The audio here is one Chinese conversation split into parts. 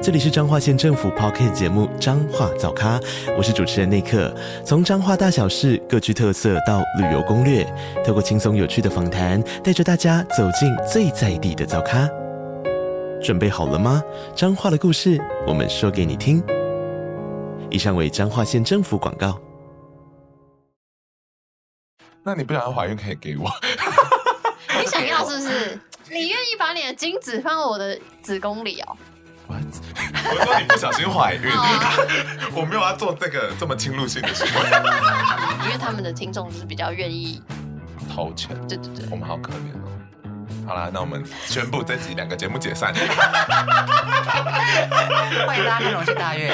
这里是彰化县政府 p o c k t 节目《彰化早咖》，我是主持人内克。从彰化大小事各具特色到旅游攻略，透过轻松有趣的访谈，带着大家走进最在地的早咖。准备好了吗？彰化的故事，我们说给你听。以上为彰化县政府广告。那你不想要怀孕可以给我，你想要是不是？ 你愿意把你的精子放我的子宫里哦？我说你不小心怀孕，哦我没有要做这个这么侵入性的行为，因为他们的听众就是比较愿意，偷钱，对对对。我们好可怜哦。好啦，那我们宣布这集两个节目解散。欢迎大家跟我去 大悦。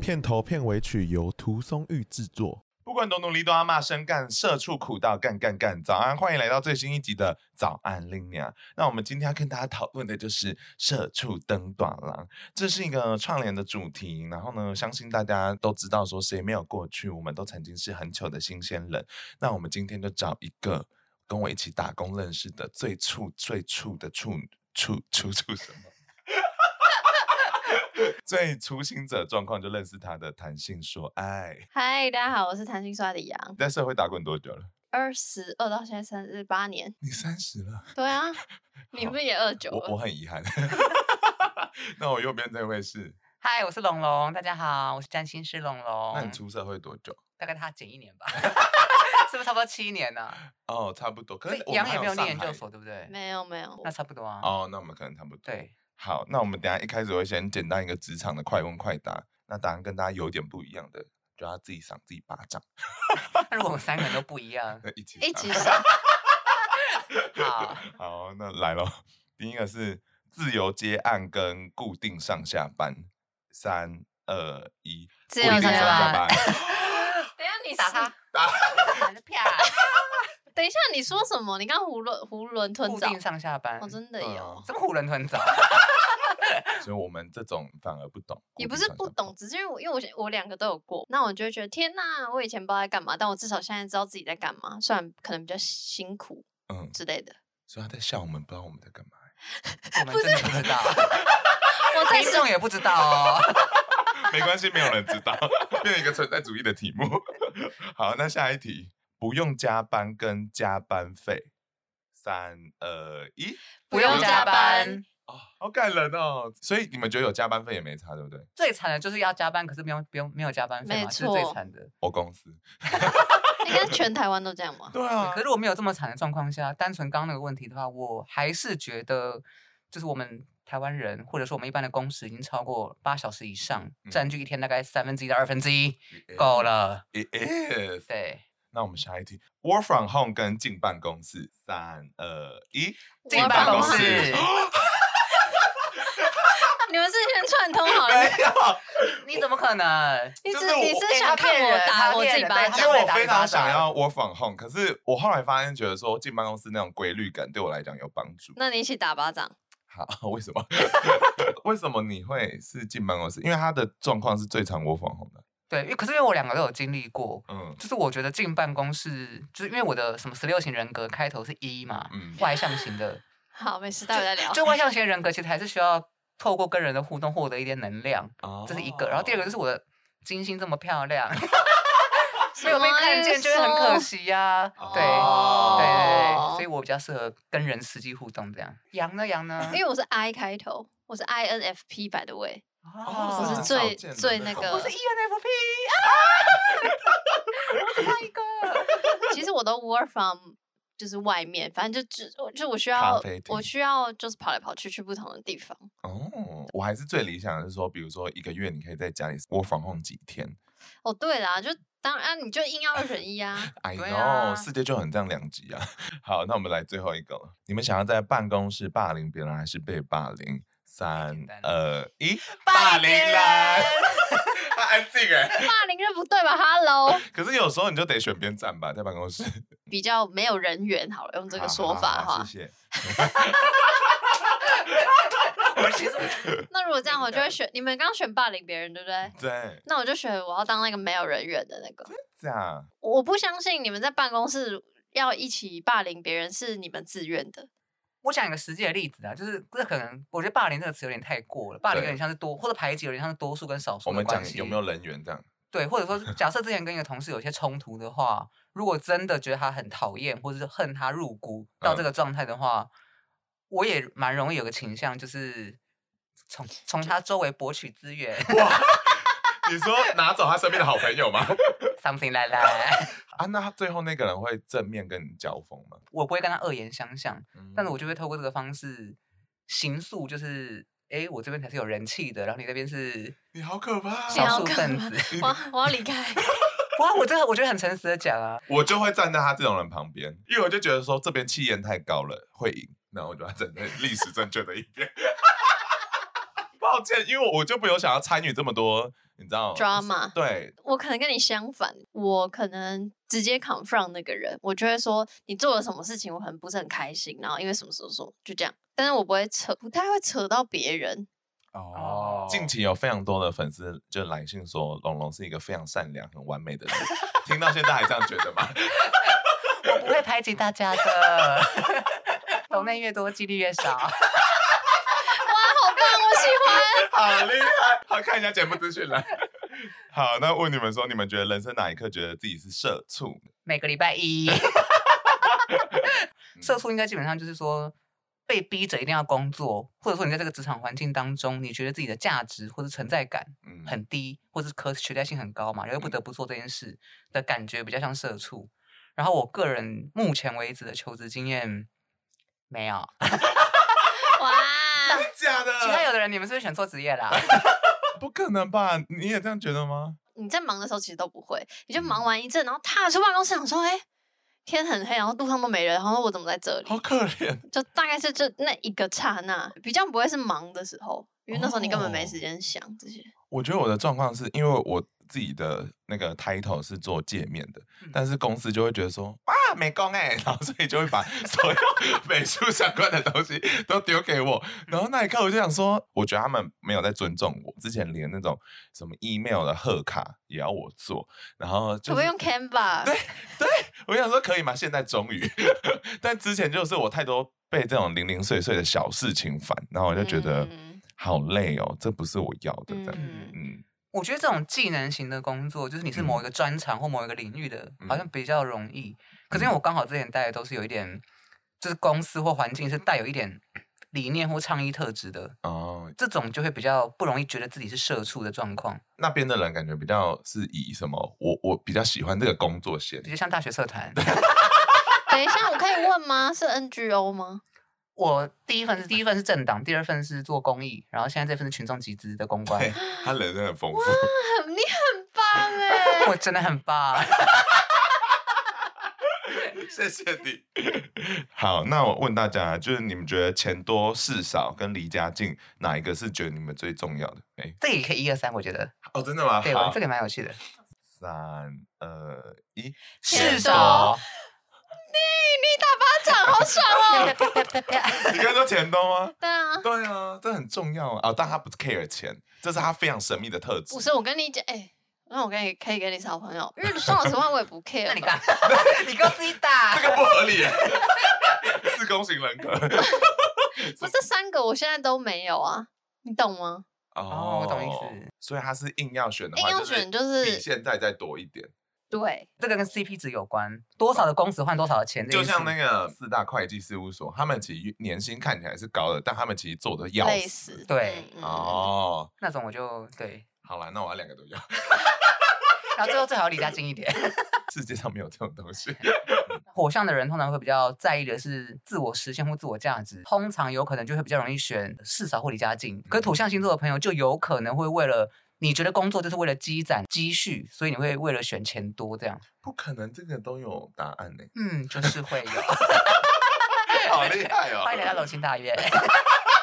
片头片尾曲由涂松玉制作。不管多努力，都要骂声干，社畜苦到干干干。早安，欢迎来到最新一集的早安 l i n a 那我们今天要跟大家讨论的就是社畜登短廊，这是一个串联的主题。然后呢，相信大家都知道，说谁没有过去，我们都曾经是很糗的新鲜人。那我们今天就找一个跟我一起打工认识的最处最处的处处处处什么？最初心者状况就认识他的谈性说爱。嗨，大家好，我是弹性刷的羊你，在社会打滚多久了？二十二到现在三十八年。你三十了，对 啊，你好不是也二九我我了？很遗憾。那我右边这位是，嗨，我是龙龙，大家好，我是占星师龙那你龙。出社会多久？大概他减 一年吧，是不是差不多七年呢、啊？哦，差不多。可所是以我们杨还也有没有上念研究海所，对不对？没有没有那，差不多啊。哦，那我们可能差不多。对，好，那我们等一下一开始会先简单一个职场的快问快答，那答案跟大家有点不一样的，就要自己赏自己巴掌， 那如果我们三个人都不一样，那一起一赏起上。好，好，那来喽。第一个是自由接案跟固定上下班，三二一，自固由定上上下下班。 等一下啊你打打他他，，打的啪，等一下你说什么？你刚囫囵囫囵吞固枣定，上下班，我真的嗯有。怎么囫囵 吞枣？所以我们这种反而不懂，也固不定是上不下班懂，只是因为我因为我是我两个都有过，那我就会觉得天呐，我以前不知道在干嘛，但我至少现在知道自己在干嘛，虽然可能比较辛苦嗯，之类的。所以他在笑我们，不知道我们在干嘛。我们真的不知 道，我在听想众也不知道哦。没关系，没有人知道， 变成一个存在主义的题目。 好，那下一题，不用加班跟加班费，三二一， 不用加班，哦，好感人哦。所以你们觉得有加班费也没差，对不对？最惨的就是要加班，可是不用不用没有加班费没嘛，这是最错惨的。我公司，应该全台湾都这样吧？对啊可是如果没有这么惨的状况下，单纯刚刚那个问题的话，我还是觉得，就是我们台湾人或者说我们一般的工时已经超过八小时以上，嗯哎占据一天大概三分之一到二分之一，够了。 It is。对，那我们下一题，work from home 跟进办公室，三二一， 进我办把公我室你们是先串通好没了，有。你怎么可能？你就只是你我是哎想他看骗我人打他我自骗己人巴对掌他其就实会我打非你巴常想掌要 work from home，可是我后来发现，觉得说进办公室那种规律感对我来讲有帮助。那你一起打巴掌。好， 为什么？为什么你会是进办公室？因为他的状况是最常 work from home 的。 对，因为可是因为我两个都有经历过，嗯就是我觉得进办公室，就是因为我的什么十六型人格开头是一嘛，嗯，外向型的，好，没事，待会再聊。就外向型人格其实还是需要透过跟人的互动获得一点能量，这是一个。然后第二个就是是我的金星这么漂 亮，什没有被么看见就会很可说惜呀、对哦对对对，哦所以我比较适合跟人实际互动这样。羊呢？羊呢？因为我是 I 开头，我是 INFP by the way，哦我是是很最少见的最那那种个。我我是 E ENFP 啊，我只差一个。其实我都 work from 就是外面，反正就只就我需咖要啡厅我需要就是跑来跑去去不同的地方。哦，的。我还是最理想的是说，比如说一个月你可以在家里窝防控几天哦，对啦，就当然你就硬要二选一 啊，，I 对 know，、啊哎世界就很这样两极啊。 好，那我们来最后一个了，你们想要在办公室霸凌别人还是被霸凌？三简单二一， 霸凌别人人，他 安静哎、霸凌这不对吧？Hello， 可是有时候你就得选边站吧，在办公室。比较没有人缘，好了， 用这个好好说法好哈。谢谢。那如果这样，我就敏会感选你们刚选霸凌别人，对不对？对，那我就选我要当那个没有人缘的那个。嗯这样我不相信你们在办公室要一起霸凌别人是你们自愿的。我讲一个实际的例子啊，就是这可能我觉得霸凌这个词有点太过了，霸凌有对点像是多或者排挤有点像是多数跟少数我的们讲关系。有没有人缘这 样？对，或者说假设之前跟一个同事有一些冲突的话，如果真的觉得他很讨厌或者是恨他入骨到这嗯个状态的话，我也蛮容易有个倾向就是。从从他周围博取资 源你说拿走他身边的好朋友吗？ ，something like that， 啊，那他最后那个人会正面跟你交锋吗？我不会跟他恶言相向，嗯但是我就会透过这个方式形塑，就是诶，我这边才是有人气的，然后你那边是你好可怕哦你少好数可分怕子。我要我要离开， 哇，我真的我觉得很诚实的讲啊，我就会站在他这种人旁边，因为我就觉得说这边气焰太高了，会赢。那我就要 站在历史正确的一边。 抱歉，因为我就没有想要参与这么多，你知道 Drama 对，我可能跟你相反，我可能直接 confront 那个人，我就会说你做了什么事情，我可能不是很开心，然后因为什么什么什么，就这样。但是我不会扯，不太会扯到别 人。 哦近期有非常多的粉丝就来信说，龙龙是一个非常善良、很完美的人。听到现在还这样觉得吗？ 我不会排挤大家的， 懂内越多，几率越少。好棒，我喜欢。好厉害！好看一下节目资讯了。好，那问你们说，你们觉得人生哪一刻觉得自己是社畜？每个礼拜一， 社畜应该基本上就是说被逼着一定要工作，或者说你在这个职场环境当中，你觉得自己的价值或者存在感嗯很低，或者是可取代性很高嘛，然后又不得不做这件事的感觉，比较像社畜。然后我个人目前为止的求职经验没有，哇，假的其他有的人你们是不是选错职业啦、不可能吧？你也这样觉得吗？你在忙的时候其实都不会，你就忙完一阵，然后踏出办公室，想说，哎、天很黑，然后路上都没人，然后我怎么在这里？好可怜。 就大概是这那一个刹那，比较不会是忙的时候，因为那时候你根本没哦时间想这些。我觉得我的状况是因为我自己的那个 title 是做界面的，嗯但是公司就会觉得说啊美工哎、 然后所以就会 把所有美术相关的东西都丢给我。嗯然后那一刻我就想说，我觉得他们没有在尊重我。之前连那种什么 email 的贺卡也要我做，然后可就不可以是用 Canva？对我想说可以吗？现在终于， 但之前就是我太多被这种零零碎碎的小事情烦，然后我就觉得嗯好累哦，这不是我要的。这样，嗯，嗯，我觉得这种技能型的工作，就是你是某一个专长或某一个领域的，好嗯像比较容易。可是因为我刚好之前带的都是有一点，就是公司或环境是带有一点理念或倡议特质的，哦，这种就会比较不容易觉得自己是社畜的状况，那边的人感觉比较是以什么？我我比较喜欢这个工作先比。较像大学社团。等一下，我可以问吗？是 NGO 吗？我第一份是第一份是政党，第二份是做公益，然后现在这份是群众集资的公关对。， 他人真的很丰富。你很棒哎、我真的很棒，谢谢你。好，那我问大家，啊就是你们觉得钱多事少跟离家近，哪一个是觉得你们最重要的？哎、这也可以一二三，我觉得哦，真的吗？对，我好这，个蛮有趣的。三二一，是是的的， 你打巴掌好爽哦！啪啪啪啪啪你刚刚说钱多吗？ 对啊，对啊，这很重要啊！哦但他不 care 钱，这是他非常神秘的特质不。是我跟你讲，哎、那我跟你可以跟你是好朋友，因为说老实话我也不 care 那你嘛刚 你刚自己打，这个不合理耶， 自宫型人格。不是这三个，我现在都没有啊，你懂吗？哦我懂意思。所以他是硬要选的硬话，要就是选就比是现在再多一点，对，这个跟 CP 值有关，多少的工时换多少的钱这就件事，像那个四大会计事务所，他们其实年薪看起来是高的，但他们其实做的要类死。似对嗯嗯哦，那种我就对，好啦，那我要两个都要。 然后最后最好离家近一点。 世界上没有这种东西。 火象的人通常会比较在意的是自我实现或自我价值，通常有可能就会比较容易选事少或离家近。可是土象星座的朋友就有可能会为了你觉得工作就是为了积攒积蓄，所以你会为了选钱多这样。不可能，这个都有答案呢、嗯，就是会 有。好厉害哦！欢迎来到龙兴大院。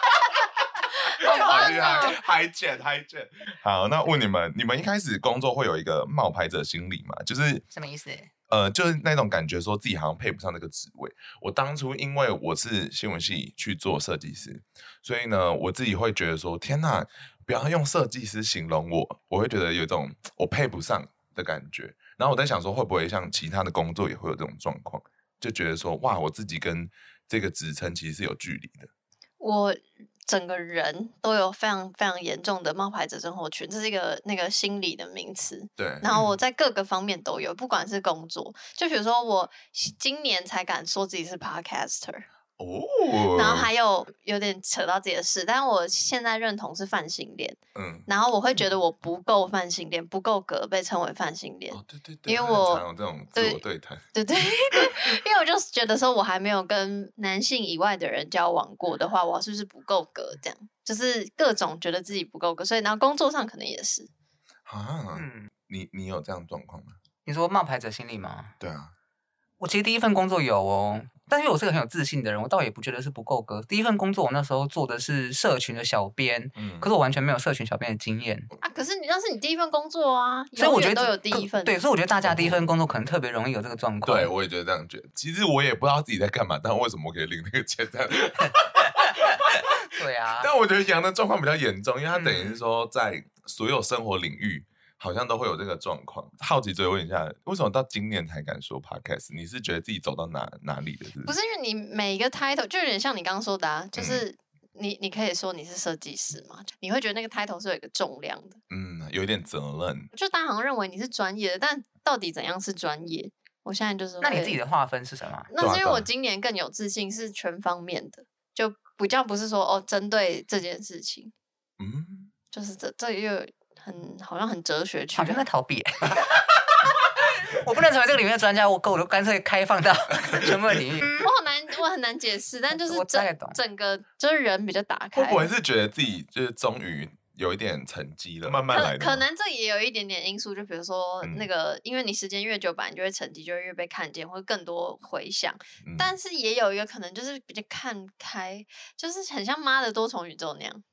好厉害，还卷还卷。好，那问你们，你们一开始工作会有一个冒牌者心理吗？就是什么意思？呃，就是那种感觉，说自己好像配不上那个职位。我当初因为我是新闻系去做设计师，所以呢，我自己会觉得说，天哪，不要用设计师形容我，我会觉得有一种我配不上的感觉。然后我在想说，会不会像其他的工作也会有这种状况，就觉得说，哇，我自己跟这个职称其实是有距离的。我整个人都有非常非常严重的冒牌者症候群，这是一个那个心理的名词。对，然后我在各个方面都有，不管是工作，就比如说我今年才敢说自己是 podcaster，哦，然后还有有点扯到自己的事，但我现在认同是泛性恋，嗯，然后我会觉得我不够泛性恋，不够格被称为泛性恋。哦，对对对，因为很我常有这种自我对对谈，对对，因为我就是觉得说，我还没有跟男性以外的人交往过的话，我是不是不够格？这样就是各种觉得自己不够格，所以然后工作上可能也是，啊，嗯，你你有这样的状况吗？你说冒牌者心理吗？对啊，我其实第一份工作有哦，但是我是个很有自信的人，我倒也不觉得是不够格。第一份工作我那时候做的是社群的小编，嗯，可是我完全没有社群小编的经验，啊，可是你那是你第一份工作啊，所以我永觉远得都有可第一份，对，所以我觉得大家第一份工作可能特别容易有这个状况。对，我也觉得这样觉得。其实我也不知道自己在干嘛，但为什么我可以领那个钱？ 但 对啊，但我觉得杨的状况比较严重，因为他等嗯于是说在所有生活领域。好像都会有这个状况，好奇追问一下，为什么到今年才敢说 podcast？你是觉得自己走到哪哪里的？是不是是因为你每一个 title 就有点像你刚刚说的、嗯啊，就是你你可以说你是设计师嘛，你会觉得那个 title 是有一个重量的，嗯，有一点责任。就大家好像认为你是专业的，但到底怎样是专业？我现在就是那你会自己的划分是什么？对那啊是因为对我啊今年更有自信，是全方面的，就比较不是说哦，针对这件事情，嗯，就是这这又很好像很哲学啊去好像在了。逃避。 我不能成为这个领域的专家，我够，我就干脆开放到 全部的 领域。我很难，我很难解释，但就是我大概整懂整个就是人比较打会开不，会是觉得自己就是终于有一点成绩了，慢慢可来的吗可能这也有一点点因素，就比如说嗯那个，因为你时间越久，本来就会成绩就会越被看见，会更多回响。嗯但是也有一个可能就是比较看开，就是很像妈的多重宇宙那样，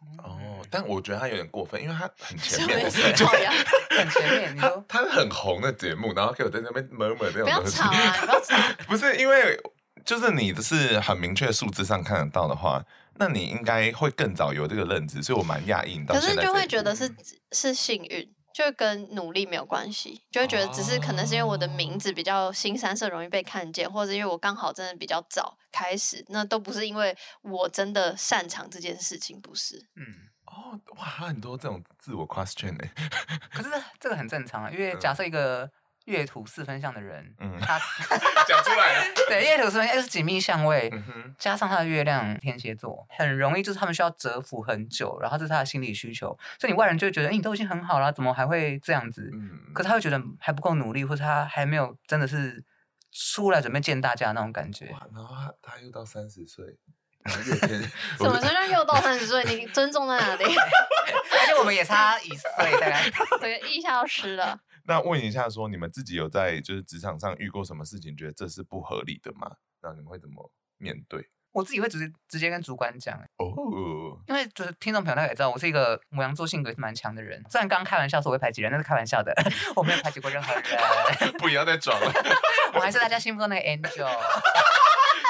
嗯哦，但我觉得他有点过分，因为他很前什么面意，思就靠腰很前面，你他说他是很红的节目，然后给我在那边 murmur 那不种要东西吵，啊，你不要吵。 不是因为就是你是很明确数字上看得到的话，那你应该会更早有这个认知，所以我蛮讶异你到可现在这是一嗯就步会觉得是是幸运，就跟努力没有关系，就会觉得只是可能是因为我的名字比较新三色，容易被看见，或者因为我刚好真的比较早开始，那都不是因为我真的擅长这件事情，不是？嗯，哦，哇，他很多这种自我 question 哎、可是这个很正常啊，因为假设一个乐土四分相的人，嗯他讲出来了，对乐土四分相是紧密相位，嗯哼，加上他的月亮天蝎座，很容易就是他们需要蛰伏很久，然后这是他的心理需求，所以你外人就会觉得，哎、你都已经很好了，怎么还会这样子？嗯，可他会觉得还不够努力，或者他还没有真的是出来准备见大家那种感觉。哇，然后他他又到三十岁，然后又天， 什么时候又到三十岁？你尊重在哪里？ 而且我们也差一岁，大概对，一消失了。那问一下说，你们自己有在就是职场上遇过什么事情，觉得这是不合理的吗？那你们会怎么面对？我自己会直接直接跟主管讲，哦， 因为就是听众朋友大家也知道，我是一个母羊座性格是蛮强的人。虽然刚刚开玩笑说我会排挤人，那是开玩笑的， 我没有排挤过任何人， 不要再装了，我还是大家心目中那个 angel。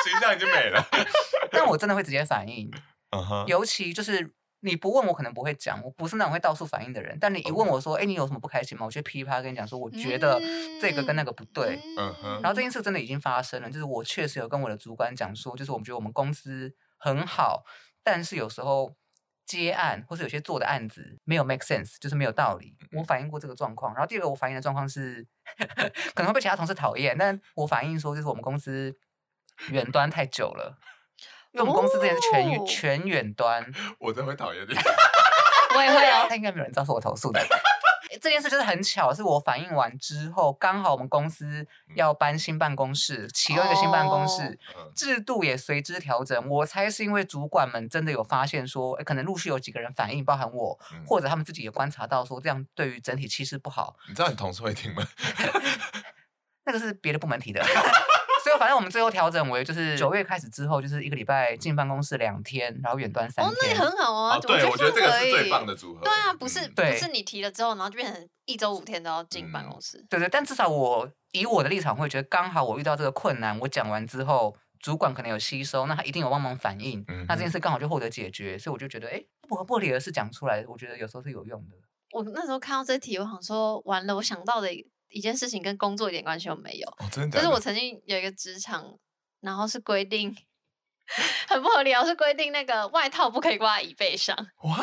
形象已经没了。但我真的会直接反应，嗯哼，尤其就是你不问我可能不会讲，我不是那种会到处反应的人。但你一问哦我说，哎、你有什么不开心吗？我就噼里啪啦跟你讲说，我觉得这个跟那个不对。嗯哼然后这件事真的已经发生了，就是我确实有跟我的主管讲说，就是我们觉得我们公司很好，但是有时候接案或是有些做的案子没有 make sense，就是没有道理。嗯我反映过这个状况，然后第二个我反映的状况是， 可能会被其他同事讨厌，但我反映说就是我们公司远端太久了。因为我们公司之前是全、哦全远端， 我真会讨厌你。我也会哦。但应该没有人知道是我投诉的。啊 这件事就是很巧，是我反映完之后，刚好我们公司嗯要搬新办公室，启用一个新办公室，哦嗯制度也随之调整。我猜是因为主管们真的有发现说，诶可能陆续有几个人反映，包含我，嗯或者他们自己也观察到说，这样对于整体气势不好。你知道你同事会听吗？那个是别的部门提的。 所以反正我们最后调整为就是九月开始之后，就是一个礼拜进办公室两天，然后远端三哦，那也天。很好啊，哦对，我觉得这样个可是以最棒的组合。对啊，不是嗯不对是你提了之后，然后就变成一周五天都要进办公嗯室。对对，但至少我以我的立场会觉得，刚好我遇到这个困难，我讲完之后，主管可能有吸收，那他一定有帮忙反应，嗯哼那这件事刚好就获得解决，所以我就觉得，哎，不合不合理的事讲出来，我觉得有时候是有用的。我那时候看到这题，我想说完了，我想到的一一件事情跟工作一点关系都没有，哦，真的就假是的我曾经有一个职场，然后是规定 很不合理啊，是规定那个外套不可以挂在椅背上。哇，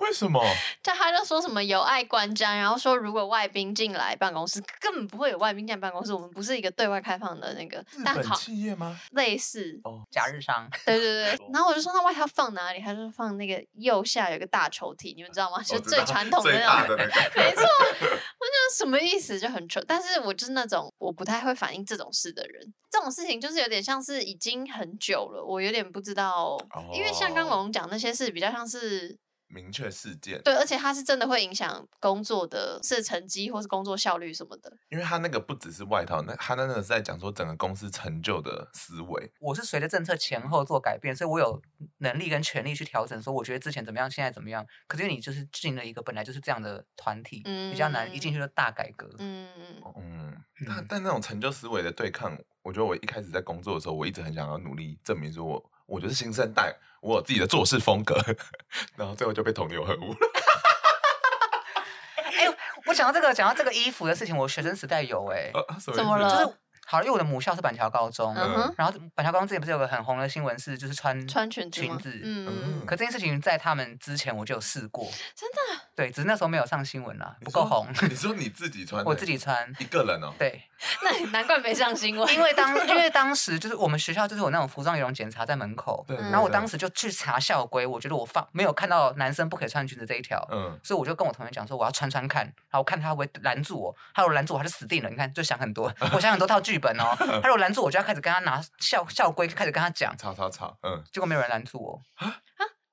为什么？就他就说什么有碍观瞻，然后说如果外宾进来办公室，根本不会有外宾进来办公室，我们不是一个对外开放的那个日，但本哦好企业吗？类似，假日商，对对对。然后我就说那外套放哪里？他就说放那个右下有个大抽屉，你们知道吗？就哦我是知最道传统的最大那的种。那 个，没错，我就什么意思就很蠢，但是我就是那种我不太会反应这种事的人。这种事情就是有点像是已经很久了，我有点不知道，因为像刚哦龙讲那些事比较像是明确事件，对，而且它是真的会影响工作的是成绩或是工作效率什么的。因为他那个不只是外套，那他那个是在讲说整个公司成就的思维。我是随着政策前后做改变，所以我有能力跟权力去调整，说我觉得之前怎么样，现在怎么样。可是因为你就是进了一个本来就是这样的团体，比较难一进去就大改革。嗯，嗯，但嗯但那种成就思维的对抗，我觉得我一开始在工作的时候，我一直很想要努力证明说我我就是新生代，我有自己的做事风格， 然后最后就被同流合污了。哎、我讲到这个，讲到这个衣服的事情，我学生时代有哎、 啊什怎意么思了就是好了，因为我的母校是板桥高中，嗯哼，然后板桥高中之前不是有个很红的新闻是，就是穿穿裙子裙吗？子。嗯嗯，嗯可这件事情在他们之前我就有试过，真的啊对，只是那时候没有上新闻啦，你不说够红。你说你自己穿的， 我自己 穿，一个人哦，对，那难怪没上新闻，因为当因为当时就是我们学校就是有那种服装仪容检查在门口，对。嗯然后我当时时就去查校规，我觉得我放没有看到男生不可以穿裙子这一条，嗯，所以我就跟我同学讲说我要穿穿看，然后我看他会不会拦住我，他如果拦住我他就死定了，你看就想 很多，我想很多套剧本哦，他如果拦住我就要开始跟他拿校校规开始跟他讲，吵吵吵，嗯，结果没有人拦住我，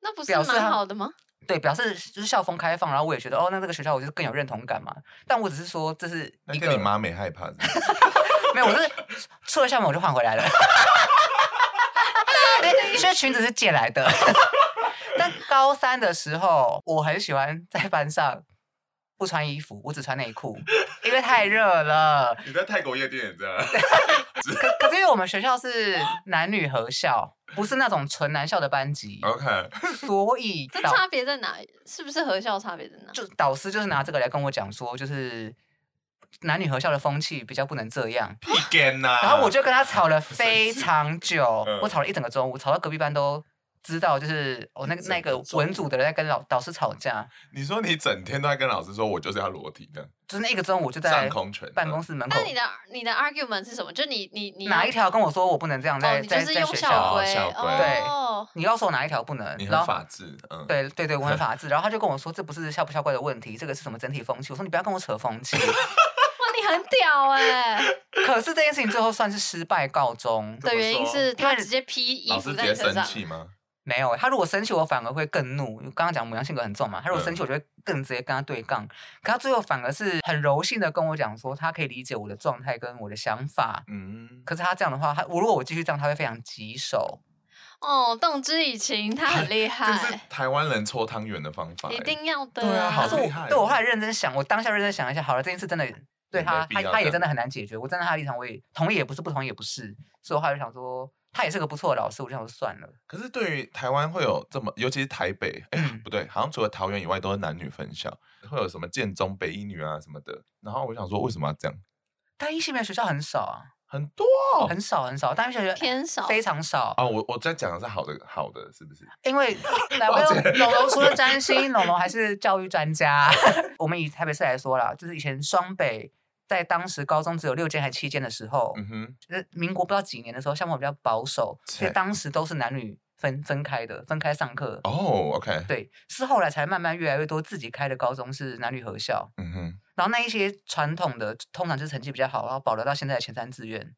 那不是表示蛮他好的吗？对，表示就是校风开放，然后我也觉得哦，那这个学校我就是更有认同感嘛，但我只是说这是那一个个你妈没害怕是不是 没有，我是出了校门我就换回来了。 所以裙子是借来的。 但高三的时候，我很喜欢在班上不穿衣服，我只穿内裤，因为太热了。你在泰国夜店也这样？可可是因为我们学校是男女合校，不是那种纯男校的班级， OK，所以这导差别在哪？是不是合校差别在哪？就导师就是拿这个来跟我讲说，就是男女合校的风气比较不能这样。屁颠呐！然后我就跟他吵了非常久嗯，我吵了一整个中午，吵到隔壁班都知道，就是我、那个一整那个个中午文组的人在跟老导师吵架，你说你整天都在跟老师说，我就是要裸体的，就是那一个中午我就上在空嗯拳办公室门口那，你的你的 argument 是什么？就你你你哪要一条跟我说我不能这样在、哦，你就在是在用学校校，规，校规对哦，你告诉我哪一条不能，你然很后法制，嗯，，对对对，我很法治，然后他就跟我说这不是校不校规的问题，这个是什么整体风气？我说你不要跟我扯风气。哇，你很屌哎！ 可是这件事情最后算是失败 告终，的么原因说是他因为直接披衣老服师直在你接身生上，气吗？没有欸，他如果生气，我反而会更怒。因为刚刚讲母羊性格很重嘛，他如果生气，我就会更直接跟他对杠。可他最后反而是很柔性的跟我讲说，他可以理解我的状态跟我的想法。嗯，可是他这样的话，他我如果我继续这样，他会非常棘手。哦，动之以情，他很 厉这是害，台湾人搓汤圆的方法欸，一定要的。对啊好可是我厉害哦对我后来认真想，我当下认真想一下，好了，这件事真的对他，没必他要他这也样真的很难解决。我站在他的立场，我也同意也不是，不同意也不是。所以我后来就想说，他也是个不错的老师，我就想说算了。可是对于台湾会有这么，尤其是台北，哎、嗯不对，好像除了桃园以外都是男女分校，会有什么建中、北一女啊什么的。然后我想说，为什么要这样？但一性别学校很少啊，很多哦很少很少，但一性别学校偏少非常少啊、我我在讲的是好的，好的，是不是？因为来，我歉有龙龙除了占星，龙龙还是教育专家。 我们以台北市来说啦，就是以前双北在当时高中只有六间还七间的时候，嗯哼，就是民国不知道几年的时候，校方比较保守，是所以当时都是男女分分开的，分开上课。哦、o k 对，是后来才慢慢越来越多自己开的高中是男女合校。嗯哼，然后那一些传统的，通常就是成绩比较好，然后保留到现在的前三志愿。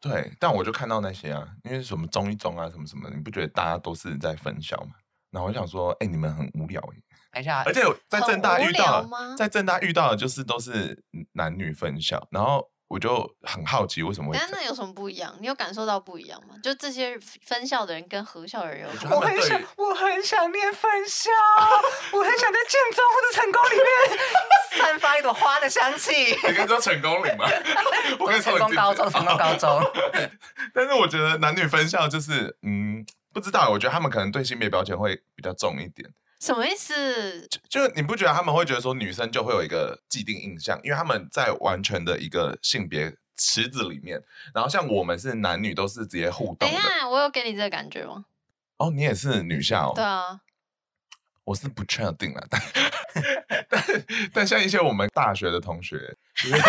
对，但我就看到那些啊，因为什么中一中啊，什么什么的，你不觉得大家都是在分校吗？然后我想说，哎、你们很无聊耶。等一下而，且我在正大很无遇到聊吗了，在正大遇到的就是都是男女分校，然后我就很好奇为什么会但这样。那有什么不一样？你有感受到不一样吗？就这些分校的人跟合校的人有什他我们么？很对想于，我很想念分校，我很想在建中或者成功里面 散发一朵花的香气。你刚说成功岭 吗？我 我跟是你说成功高中，成功高中。 但是我觉得男女分校就是，嗯，不知道，我觉得他们可能对性别标签会比较重一点。什么意思？就你不觉得他们会觉得说女生就会有一个既定印象，因为他们在完全的一个性别池子里面，然后像我们是男女都是直接互动等一的。下，我有给你这个感觉吗？哦，你也是女校、对啊，我是不确定了，但但但像一些我们大学的同学。就是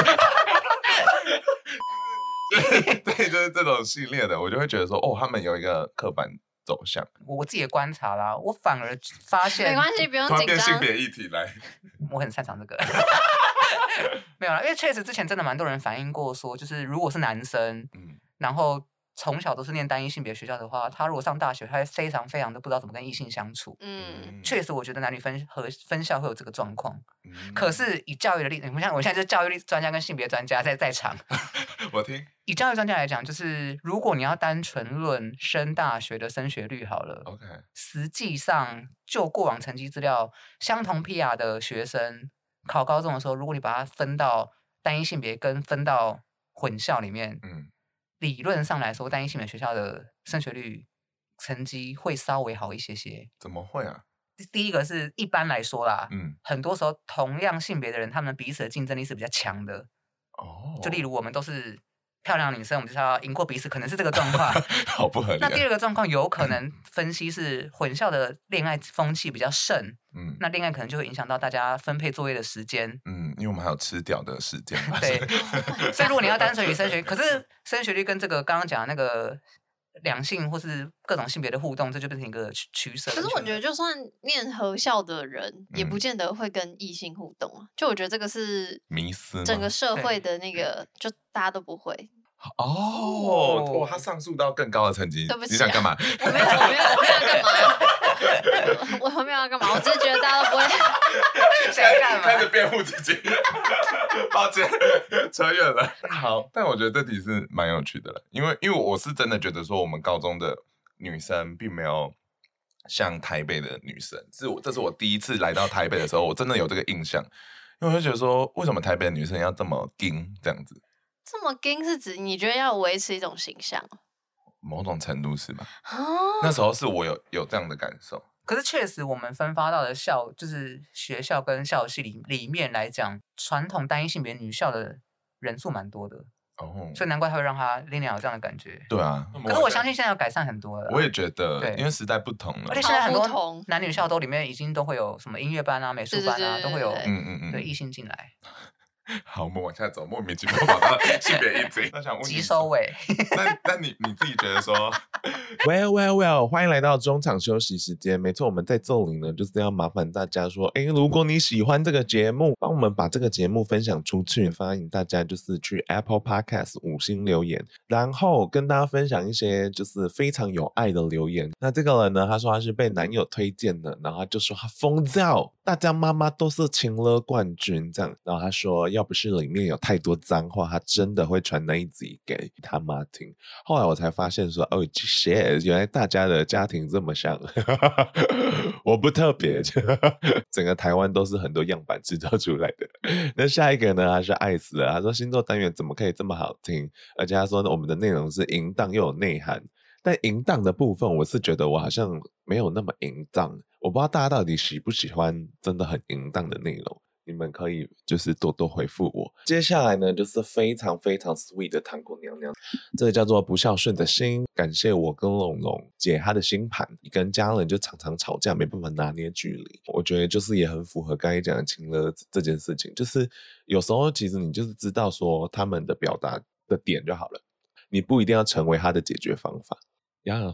就是对，就是这种系列的，我就会觉得说，哦，他们有一个刻板走向，我我自己的观察啦，我反而发现没关系，不用突然紧变性张。别议题来。我很擅长这个。 没有啦，因为确实之前真的蛮多人反映过说，就是如果是男生，嗯然后从小都是念单一性别学校的话，他如果上大学，他会非常非常的不知道怎么跟异性相处。嗯，确实，我觉得男女分和分校会有这个状况。嗯可是以教育的例，我们像我现在就是教育力专家跟性别专家在在场。我听，以教育专家来讲，就是如果你要单纯论升大学的升学率好了 OK，实际上就过往成绩资料，相同 PR 的学生考高中的时候，如果你把它分到单一性别跟分到混校里面，嗯，理论上来说，单一性别学校的升学率成绩会稍微好一些些。怎么会啊？第一个是一般来说啦，嗯，很多时候同样性别的人，他们彼此的竞争力是比较强的。哦，就例如我们都是漂亮女生，我们就是要赢过彼此，可能是这个 状况。好不合理、那第啊。二个状况有 可能分析是混校的恋爱风气比较盛，嗯那恋爱可能就会影响到大家分配作业的时间。嗯，因为我们还有吃掉的时间嘛。对， 嗯 所以如果你要单纯以升学，可是升学率跟这个刚刚讲的那个两性或是各种性别的互动，这就变成一个取取舍可跟权是衡。我觉得，就算念合校的人，也不嗯见得会跟异性互动啊。就我觉得这个是迷思整吗个社对会的那个，就大家都不会。哦，哦哇，他上诉到更高的成绩，对不起你想干嘛？ 我没有，我没有，我没有要干嘛？ 我我没有要干嘛？我只是觉得大家都不会。想干开始嘛？辩护自己， 抱歉，扯远了。好，但我觉得这题是蛮有趣的了，因为因为我是真的觉得说，我们高中的女生并没有像台北的女生，是我这是我第一次来到台北的时候，我真的有这个印象，因为我就觉得说，为什么台北的女生要这么硬这样子？这么硬是指你觉得要维持一种形象哦某种程度是吧？啊？那时候是我有有这样的感受，可是确实，我们分发到的校，就是学校跟校系里里面来讲，传统单一性别女校的人数蛮多的，哦，所以难怪他会让他 l i n a 有这样的感觉。对啊，可是我相信现在要改善很多了啦。我也觉得对，因为时代不同了而且，现在很好不多同男女校都里面已经都会有什么音乐班啊、美术对对班对啊，对都会对有对嗯嗯嗯，对异性进来， 好，我们往下走，莫名其妙跑到性别议 题。那想问急收尾。尾。那那你你自己觉得说， Well, well, well，欢迎来到中场休息时间。没错，我们在这里呢，就是要麻烦大家说，诶，如果你喜欢这个节目，帮我们把这个节目分享出去。欢迎大家就是去 Apple Podcast 五星留言，然后跟大家分享一些就是非常有爱的留言。那这个人呢，他说他是被男友推荐的，然后他就说他疯掉，大家妈妈都是情勒冠军这样。然后他说，要不是里面有太多脏话，他真的会传那一集给他妈听。后来我才发现说，哦，shit，原来大家的家庭这么像， 我不特别， 整个台湾都是很多样板制造出来的。那下一个呢，他是爱死了，他说星座单元怎么可以这么好听？而且他说呢我们的内容是淫荡又有内涵。但淫荡的部分，我是觉得我好像没有那么淫荡，我不知道大家到底喜不喜欢真的很淫荡的内容。你们可以就是多多回复我。接下来呢，就是非常非常 sweet 的糖果娘娘，这个叫做不孝顺的心。感谢我跟龙龙姐她的星盘，跟家人就常常吵架，没办法拿捏距离。我觉得就是也很符合刚才讲的情勒这件事情，就是有时候其实你就是知道说他们的表达的点就好了，你不一定要成为他的解决方法。呀，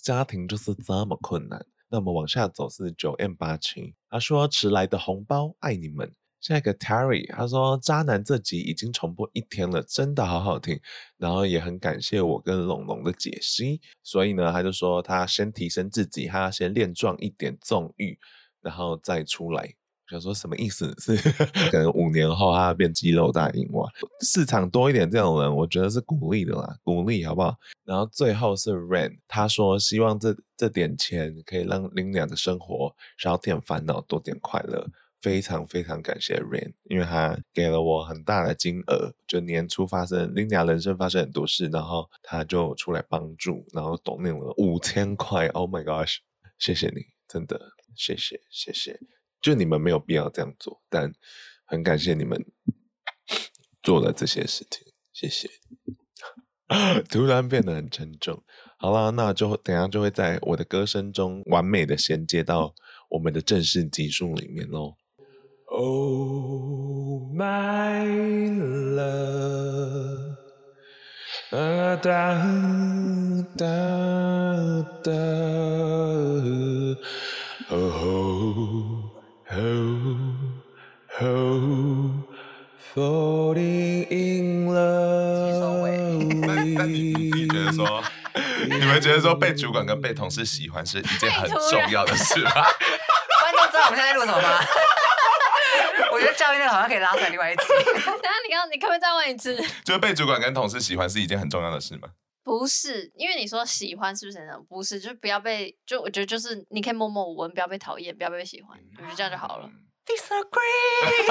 家庭就是这么困难。那我们往下走是九 M 八七，他说迟来的红包爱你们，下一个 Terry，他说《渣男》这集已经重播一天了，真的好好听，然后也很感谢我跟龙龙的解析。所以呢，他就说他先提升自己，他要先练壮一点纵欲，然后再出来。想说什么意思？ 是可能五年后他变肌肉大硬哇？市场多一点这种人，我觉得是鼓励的啦，鼓励好不好？然后最后是 Rain，他说希望这这点钱可以让林良的生活少点烦恼，多点快乐。非常非常感谢 Rain，因为他给了我很大的金额。就年初发生林雅人生发生很多事，然后他就出来帮助，然后懂那了五千块。Oh my gosh！谢谢你，真的谢谢谢谢。就你们没有必要这样做，但很感谢你们做了这些事情，谢谢。 突然变得很沉重。好啦，那就等一下就会在我的歌声中完美的衔接到我们的正式集数里面喽。 Oh my love，哒哒哒哒，Oh oh oh oh，falling in 收尾 love。但但你你自己觉得说， 你们觉得说被主管跟被同事喜欢是一件很重要的事吗？ 观众知道我们现在在录什么吗？ 我觉得教育那个好像可以拉出来另外 一集。等一下你刚你可不可以再问一次？ 就是被主管跟同事喜欢是一件很重要的事吗？不是，因为你说喜欢是不是很难？不是，就是不要被，就我觉得就是你可以默默无闻，不要被讨厌，不要被喜欢，嗯我觉得这样就好了。 Disagree，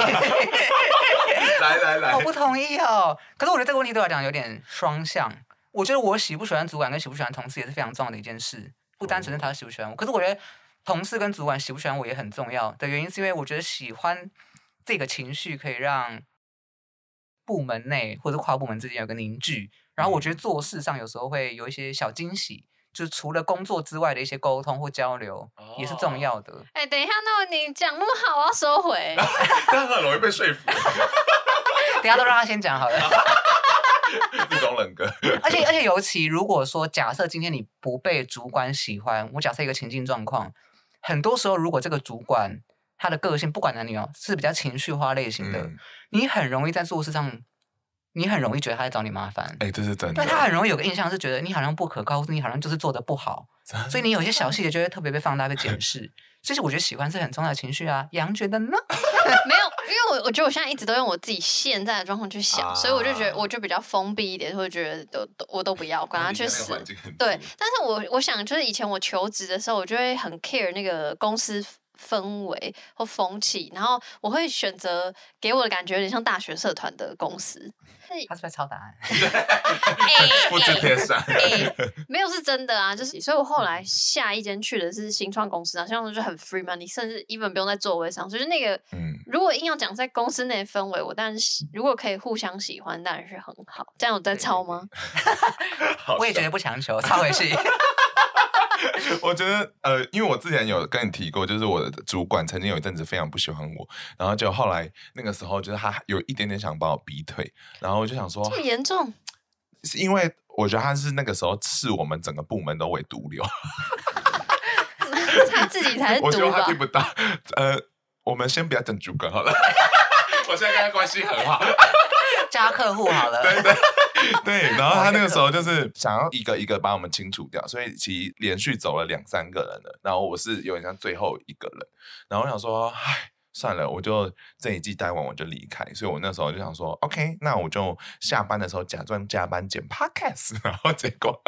来来来我，不同意哦。可是我觉得这个问题对我来讲有点双向。我觉得我喜不喜欢主管跟喜不喜欢同事也是非常重要的一件事，不单纯是他喜不喜欢我。可是我觉得同事跟主管喜不喜欢我也很重要的原因，是因为我觉得喜欢这个情绪可以让部门内或者跨部门之间有个凝聚。然后我觉得做事上有时候会有一些小惊喜，就是除了工作之外的一些沟通或交流也是重要的。哎、等一下，那你讲那么好，我要收回。但很容易被说服，等一下都让他先讲好了。自种人格。而且而且尤其如果说假设今天你不被主管喜欢，我假设一个情境状况，很多时候如果这个主管他的个性不管男女哦是比较情绪化类型的，嗯你很容易在做事上，你很容易觉得他在找你麻烦。哎，这是真对的。他很容易有个印象是觉得你好像不可靠，或者你好像就是做的不好，所以你有一些小细节就会特别被放大、被检视。所以我觉得喜欢是很重要的情绪啊。杨觉得呢？没有，因为我我觉得我现在一直都用我自己现在的状况去想，所以我就觉得我就比较封闭一点，会觉得都都我都不要管他去死。对，嗯但是我我想就是以前我求职的时候，我就会很 care 那个公司氛围或风气，然后我会选择给我的感觉有点像大学社团的公司。他是不是在抄答案？哎复制贴上。哎，没有是真的啊，就是所以我后来下一间去的是新创公司啊，新创公司就很 free 嘛，你甚至 even 不用在座位上，所以就那个 嗯，如果硬要讲在公司内的氛围，我当然是如果可以互相喜欢，当然是很好。这样有在抄吗？我也觉得不强求，抄回去。 我觉得呃，因为我之前有跟你提过，就是我的主管曾经有一阵子非常不喜欢我，然后就后来那个时候，就是他有一点点想把我逼退，然后我就想说这，么严重？ 是因为我觉得他是那个时候是我们整个部门都为毒瘤，他自己才 是我觉毒得他吧听？不到。呃，我们先不要讲主管好了， 我现在跟他关系很好。加客户好 了，对，然后他那个时候就是想要一个一个把我们清除掉，所以其实连续走了两三个人了，然后我是有点像最后一个人，然后我想说，唉。算了，我就这一季待完我就离开，所以我那时候就想说，OK，那我就下班的时候假装加班剪 podcast，然 后结果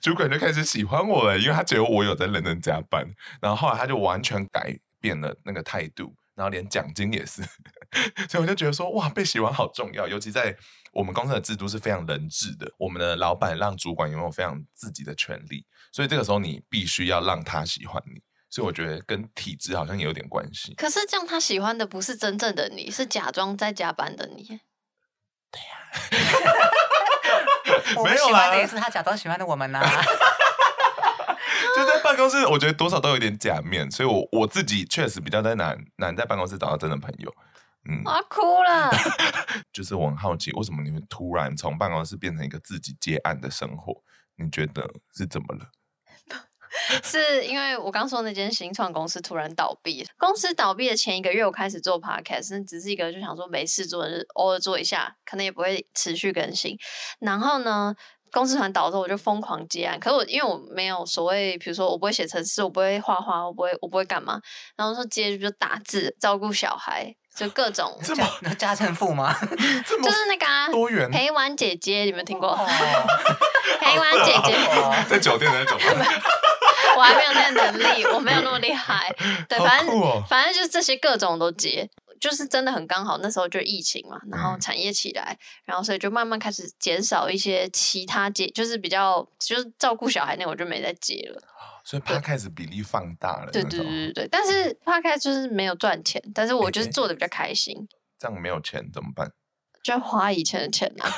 主管就开始喜欢我了，因为他觉得我有在认真加班，然后后来他就完全改变了那个态度，然后连奖金也是， 所以我就觉得说，哇，被喜欢好重要，尤其在我们公司的制度是非常人治的，我们的老板让主管拥有非常自己的权利，所以这个时候你必须要让他喜欢你，所以我觉得跟体制好像也有点关系。可是这样他喜欢的不是真正的你，是假装在加班的你。 我没们有喜欢啦的也是他假装喜欢的我们呐、 就在办公室，我觉得多少都有点假面，所以我我自己确实比较在难难在办公室找到真的朋友。嗯，我要哭了。就是我很好奇，为什么你会突然从办公室变成一个自己接案的生活？你觉得是怎么了？是因为我刚说那间新创公司突然倒闭，公司倒闭的前一个月，我开始做 podcast，那只是一个就想说没事做，就是偶尔做一下，可能也不会持续更新。然后呢，公司团倒之后，我就疯狂接案。可是我因为我没有所谓，比如说我不会写程式，我不会画画，我不会我不会干嘛，然后说接就打字、照顾小孩，就各种，这么那家政妇 吗？这么就是那个、啊、多元，陪玩姐姐，你们听过？哦陪玩姐姐。在酒店的那种吗，我还没有那能力，我没有那么厉害。 对，好反正、酷哦！反正就是这些各种都接，就是真的很刚好。那时候就疫情嘛，然嗯后产业起来，然后所以就慢慢开始减少一些其他接，就是比较就是照顾小孩那我就没再接了。所以 p 开始比例放大了，对那对种对对对，但是大概就是没有赚钱，但是我就是做的比较开心。这样没有钱怎么办？就花以前的钱啊，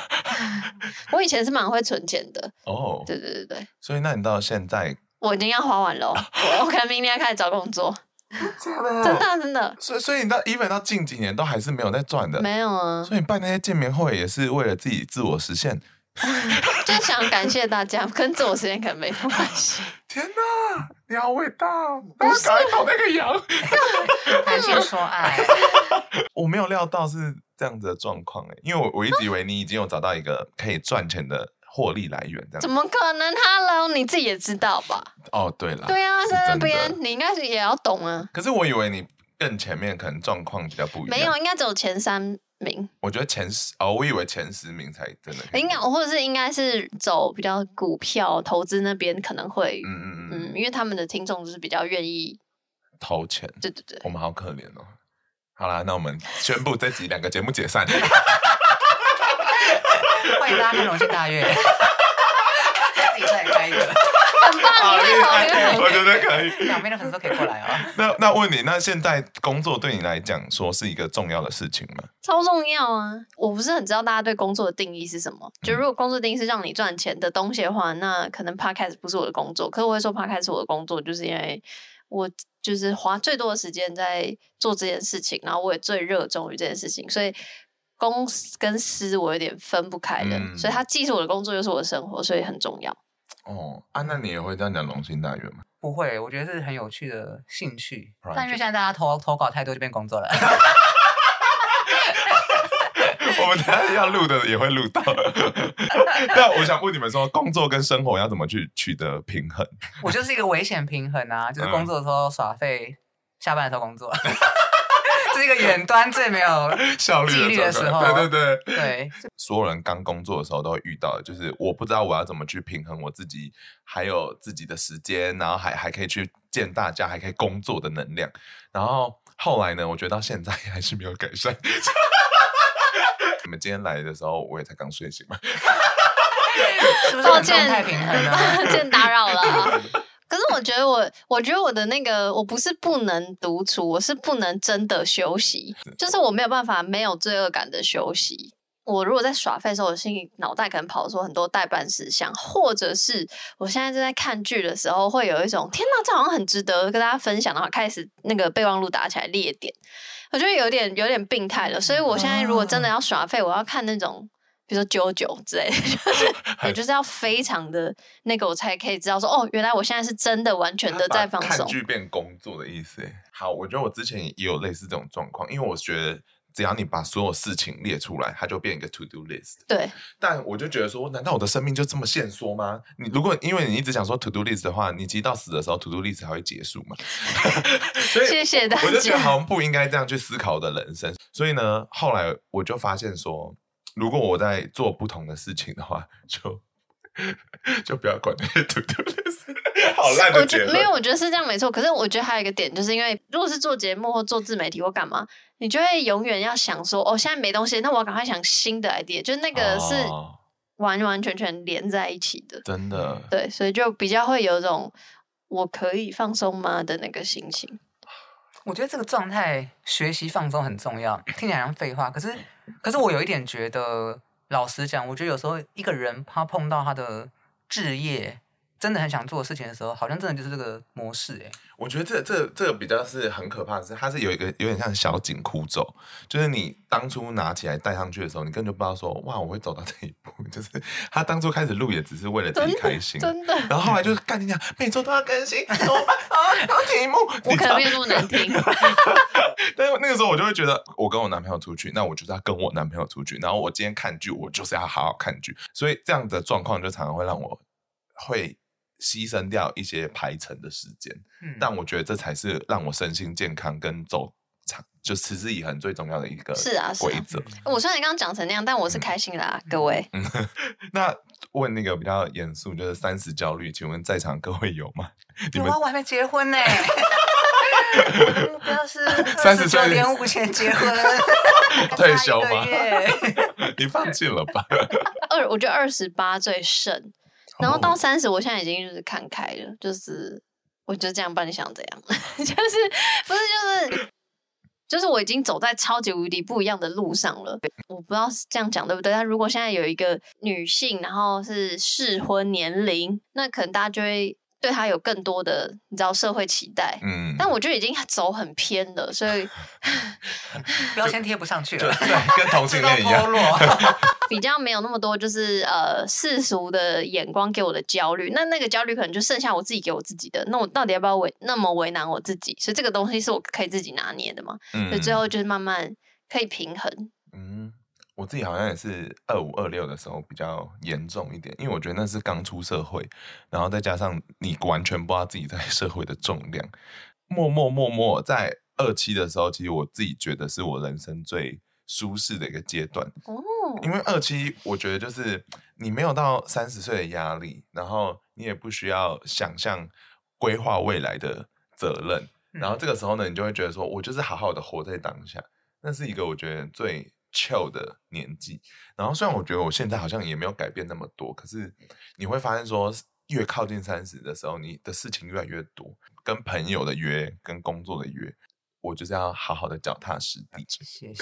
我以前是蛮会存钱的，哦，对对对对，所以那你到现在，我已经要花完了哦，我我可能明年要开始找 工作，真的啊真的所以所以你到 even 到近几年都还是没有在赚的，没有啊，所以你办那些见面会也是为了自己自我实现。就是想感谢大家，跟自我时间可能没什么关系。天哪，你好伟大哦！不是跑那个羊， 谈情说爱，我没有料到是这样子的状况哎，因为我我一直以为你已经有找到一个可以赚钱的获利来源，这样子。怎么可能？Hello，你自己也知道吧？哦，对了，对啊，是在那真的边你应该是也要懂啊。可是我以为你更前面可能状况比较不一样，没有，，应该只有前三名，我觉得前十哦，我以为前十名才真的可以应该哦或者是应该是走比较股票投资那边可能会，嗯嗯嗯，嗯，因为他们的听众就是比较愿意，投钱，对对 对。我们好可怜哦。好啦，那我们宣布这集两个节目解散。 欢迎大家看《龙戏大悦》， 自己再开一个，很棒，好你厉看好，害你看 好。我觉得可以。 两边的粉丝都可以过来哦。那那问你，那现在工作对你来讲说是一个重要的事情吗？超重要啊！嗯我不是很知道大家对工作的定义是什么。就如果工作定义是让你赚钱的东西的话，那可能 podcast 不是我的工作。可是我会说 podcast 是我的工作，就是因为我就是花最多的时间在做这件事情，然后我也最热衷于这件事情，所以公司跟私我有点分不开的。嗯所以它既是我的工作，又是我的生活，所以很重要。哦，啊，那你也会这样讲龙兴大院吗？不会，我觉得是很有趣的兴趣。 Project 但因为现在大家投投稿太多，就变工作 了。我们等一下要录的也会录到。 那我想问你们说，工作跟生活要怎么去取得平衡？我就是一个危险平衡啊，就是嗯工作的时候耍废，下班的时候工作， 这是一个远端最没有效率纪律的状时况候对对对，对 所有人刚工作的时候都会遇到的，就是我不知道我要怎么去平衡我自己，还有自己的时间，然后还还可以去见大家，还可以工作的能量。然后后来呢，我觉得到现在还是没有改善。 你们今天来的时候，我也才刚睡醒嘛。是不是抱很动歉，态平衡呢？ 抱歉打扰了 啊。可是我觉得我，我觉得我的那个，我不是不能独处，我是不能真的休息，就是我没有办法没有罪恶感的休息。我如果在耍废的时候，我心里脑袋可能跑出很多代办事项，或者是我现在正在看剧的时候，会有一种天哪，这好像很值得跟大家分享，然后开始那个备忘录打起来列点，我觉得有点有点病态了。所以我现在如果真的要耍废，我要看那种比如说九九之类的，就是我就是要非常的那个，我才可以知道说，哦，原来我现在是真的完全的在放看松。剧变工作的意思欸。好，我觉得我之前也有类似这种状况，因为我觉得只要你把所有事情列出来，它就变一个 to do list。对，但我就觉得说，难道我的生命就这么限缩吗？你如果因为你一直想说 to do list 的话，你其实到死的时候 to do list 才会结束嘛。所以谢谢大我就觉得 家。好像不应该这样去思考我的人生。所以呢，后来我就发现说，如果我在做不同的事情的话，就就不要管那些 to do list。好烂我的觉结论。没有，我觉得是这样没错。可是我觉得还有一个点，就是因为如果是做节目或做自媒体或干嘛，你就会永远要想说，哦，现在没东西，那我要赶快想新的 idea，就是那个是哦完完全全连在一起的。真的，对，所以就比较会有一种我可以放松吗的那个心情。我觉得这个状态学习放松很重要，听起来好像废话，可是可是我有一点觉得，老实讲，我觉得有时候一个人他碰到他的置业。真的很想做的事情的时候，好像真的就是这个模式哎、我觉得这这这个比较是很可怕的是，它是有一个有点像小紧箍咒，就是你当初拿起来戴上去的时候，你根本就不知道说哇我会走到这一步， 就是他当初开始录也只是为了自真己开的心，真的， 然后后来就是干你讲，每周都要更新，怎么办啊？然后题目，我你知可道能没有那么难 听。但是那个时候我就会觉得，我跟我男朋友出去，那我就是要跟我男朋友出去，然后我今天看剧，我就是要好好看剧，所以这样的状况就常常会让我会牺牲掉一些排程的时间，嗯但我觉得这才是让我身心健康跟走长就持之以恒最重要的一个是啊是啊规则。我虽然刚刚讲成那样，但嗯我是开心啦、各位。那问那个比较严肃，就是三十焦虑，请问在场各位有吗？ 你有们啊，我还没结婚呢、目 标是30岁九点五前结婚， 退休还差吗一个月 你放弃了 吧？二，我觉得二十八最胜，然后到三十，我现在已经就是看开了，就是我就这样办，你想怎样？ 就是不是就是就是我已经走在超级无敌不一样的路上了。我不知道是这样讲对不对，但如果现在有一个女性，然后是适婚年龄，那可能大家就会对她有更多的你知道社会期待。嗯，但我觉得已经走很偏了，所以标签贴不上去就了，对，跟同自性动恋一 脱样。落。比较没有那么多就是呃世俗的眼光给我的焦虑，那那个焦虑可能就剩下我自己给我自己的，那我到底要不要为那么为难我自己？所以这个东西是我可以自己拿捏的嘛，嗯所以最后就是慢慢可以平衡。嗯，我自己好像也是二五二六的时候比较严重一点，因为我觉得那是刚出社会，然后再加上你完全不知道自己在 社会的重量，默默默默在二期的时候，其实我自己觉得是我人生最舒适的一个阶段，哦，因为二期我觉得就是你没有到三十岁的压力，然后你也不需要想象规划未来的责任，然后这个时候呢，你就会觉得说，我就是好好的活在当下，那是一个我觉得最 chill 的年纪。然后虽然我觉得我现在好像也没有改变那么多，可是你会发现说，越靠近三十的时候，你的事情越来越多，跟朋友的约，跟工作的约，我就是要好好的脚踏实地。 谢谢。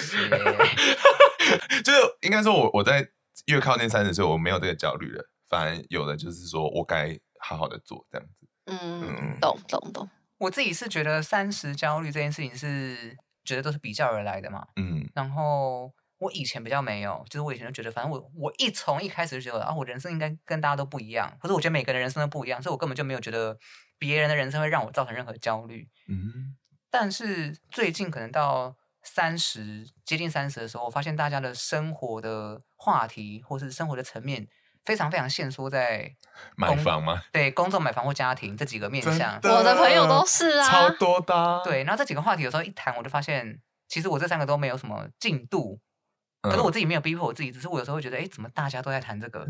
就是应该说我，我在越靠近三十岁，我没有这个焦虑了，反而有的就是说我该好好的做这样子。嗯嗯，懂懂懂，我自己是觉得三十焦虑这件事情是觉得都是比较而来的嘛，嗯然后。我以前比较没有，就是我以前就觉得，反正我我一从一开始就觉得啊，我人生应该跟大家都不一样，可是我觉得每个人人生都不一样，所以我根本就没有觉得别人的人生会让我造成任何焦虑。嗯但是最近可能到三十接近三十的时候，我发现大家的生活的话题或是生活的层面非常非常限缩在买工房吗？对工作、买房或家庭这几个面真向。我的朋嗯友都是啊超多的啊、对，然后这几个话题有时候一谈，我就发现其实我这三个都没有什么进度。可是嗯我自己没有逼迫我自己，只是我有时候会觉得，哎，怎么大家都在谈这个？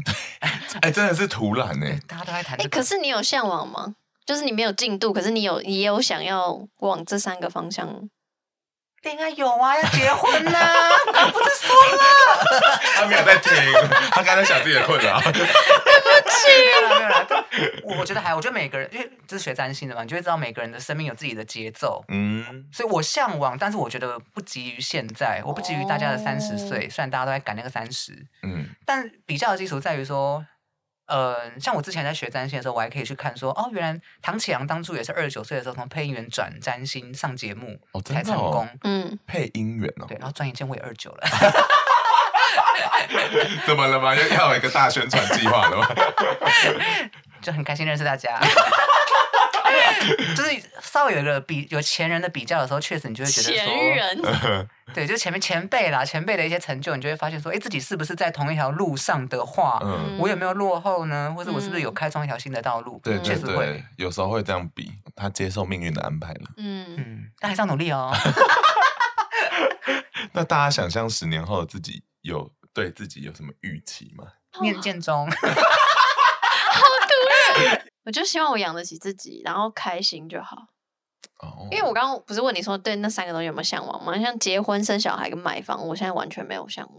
哎、真的是突然哎、对，大家都在谈哎、这个。可是你有向往吗？就是你没有进度，可是你有你也有想要往这三个方向。恋爱有啊，要结婚 呐、啊，不是说了？他没有在听， 他刚才想自己的困扰。 没有啦，没有啦。但我我觉得还，我觉得每个人，因为这是学占星的嘛，你就会知道每个人的生命有自己的节奏。嗯，所以我向往，但是我觉得不急于现在，我不急于大家的三哦十岁。虽然大家都在赶那个三十，嗯但比较的基础在于说，呃，像我之前在学占星的时候，我还可以去看说，哦，原来唐启阳当初也是二十九岁的时候从配音员转占星上节目、哦真的才成哦功。嗯，配音员哦对，，然后转眼间我也二九 了，怎么了吗？又要有一个大宣传计划了 吗？就很开心认识大家。 就是稍微有一个比有前人的比较的时候，确实你就会觉得说，前 人对，就前面前辈啦，前辈的一些成就，你就会发现说，哎，自己是不是在同一条路上的话，嗯，我有没有落后呢？或者我是不是有嗯开创一条新的道路？对确对实对会。，有时候会这样比，他接受命运的安排了。嗯，嗯，但还是要努 力哦。那大家想象十年后的自己有对自己有什么预期吗？哦念建中，我就希望我养得起自己，然后开心就好。哦，因为我刚刚不是问你说对那三个东西有没有向往吗？像结婚、生小孩跟买房，我现在完全没有向往，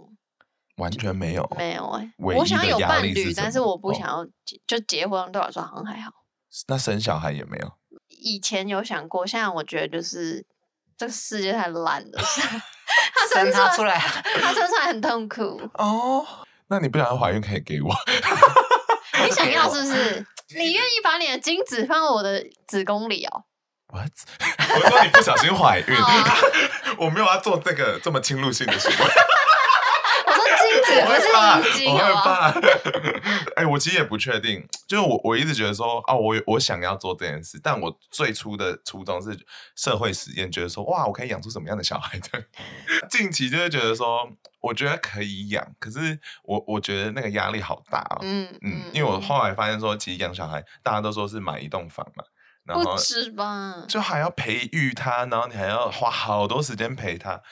完全没有，没有哎、唯一我想的有压伴力是侣，什但是么我不哦想要结就结婚，对我来说好像还好。那生小孩也没有。以前有想过，现在我觉得就是这个世界太烂了， 他生生他出来，他生出来很痛苦。哦，那你不想要怀孕可以给我。你想哦 要是不是？你愿意把你的精子放到我的子宫里哦？ What？我说你不小心怀 孕 哦，我没有要做这个这么侵入性的行为。 我说精子不是怕，我会我会怕怕。 哎、我其实也不确定，就是我我一直觉得说，哦，我我想要做这件事，但我最初的初衷是社会实验，觉得说，哇，我可以养出什么样的小孩的。 近期就会觉得说，我觉得可以养，可是我我觉得那个压力好大哦。嗯嗯嗯，因为我后来发现说，其实养小孩，大家都说是买一栋房嘛，然后不止吧？就还要培育他，然后你还要花好多时间陪他。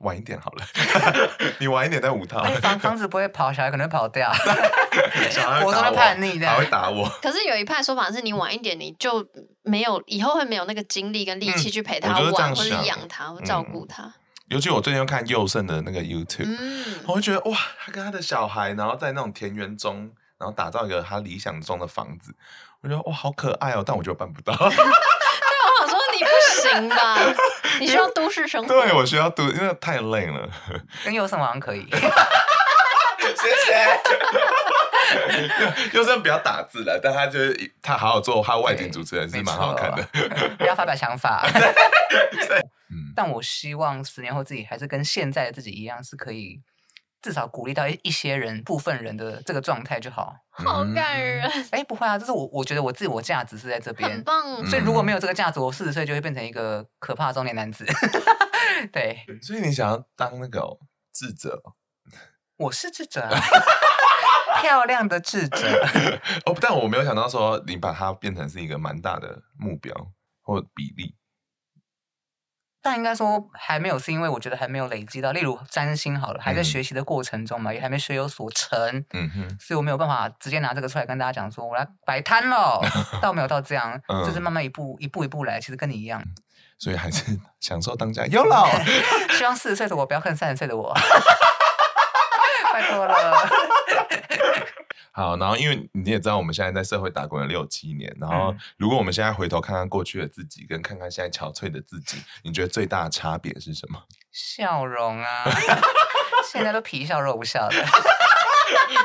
晚一点好了， 你晚一点再五套。而且房房子不会跑，小孩可能会跑 掉。小孩会我打都我会叛逆还会的。打我。可是有一派说法是你晚一点，你就没有以后会没有那个精力跟力气去陪他嗯我就是这玩，样或是想嗯养他，或照顾他。尤其我最近又看佑胜的那个 YouTube，、嗯，我会觉得哇，他跟他的小孩，然后在那种田园中，然后打造一个他理想中的房子，我觉得哇，好可爱哦！但我觉得我办不到， 我想说你不行吧？你需要都市生 活。对我需要读，因为太累了。跟有什么好像可以？ 谢谢。佑胜不要打字了，但他就是他好好做他外景主持人是蛮好看的。的， 不要发表想 法。嗯，但我希望十年后自己还是跟现在的自己一样，是可以至少鼓励到一一些人、部分人的这个状态就好。好嗯感人，哎，不会啊，这是我我觉得我自己我价值是在这很边，棒。所以如果没有这个价值，我四十岁就会变成一个可怕的中年男子。 对，所以你想要当那个哦智者哦我是智 者啊，漂亮的智者。哦，但我没有想到说你把它变成是一个蛮大的目标或比例。但应该说还没有，是因为我觉得还没有累积到，例如占星好了，还在嗯学习的过程中嘛，也还没学有所成，嗯哼。所以我没有办法直接拿这个出来跟大家讲说我来摆 摊了，倒没有到这样，嗯就是慢慢一步一步一步来，其实跟你一样，所以还是 享受当下。有 老，希望四十岁的我不要恨三十岁的我， 拜托了，好，然后因为你也知道，我们现在在社会打滚了六七年，然后嗯如果我们现在回头看看过去的自己，跟看看现在憔悴的自己，你觉得最大的差别是什么？笑容啊， 现在都皮笑肉不笑的，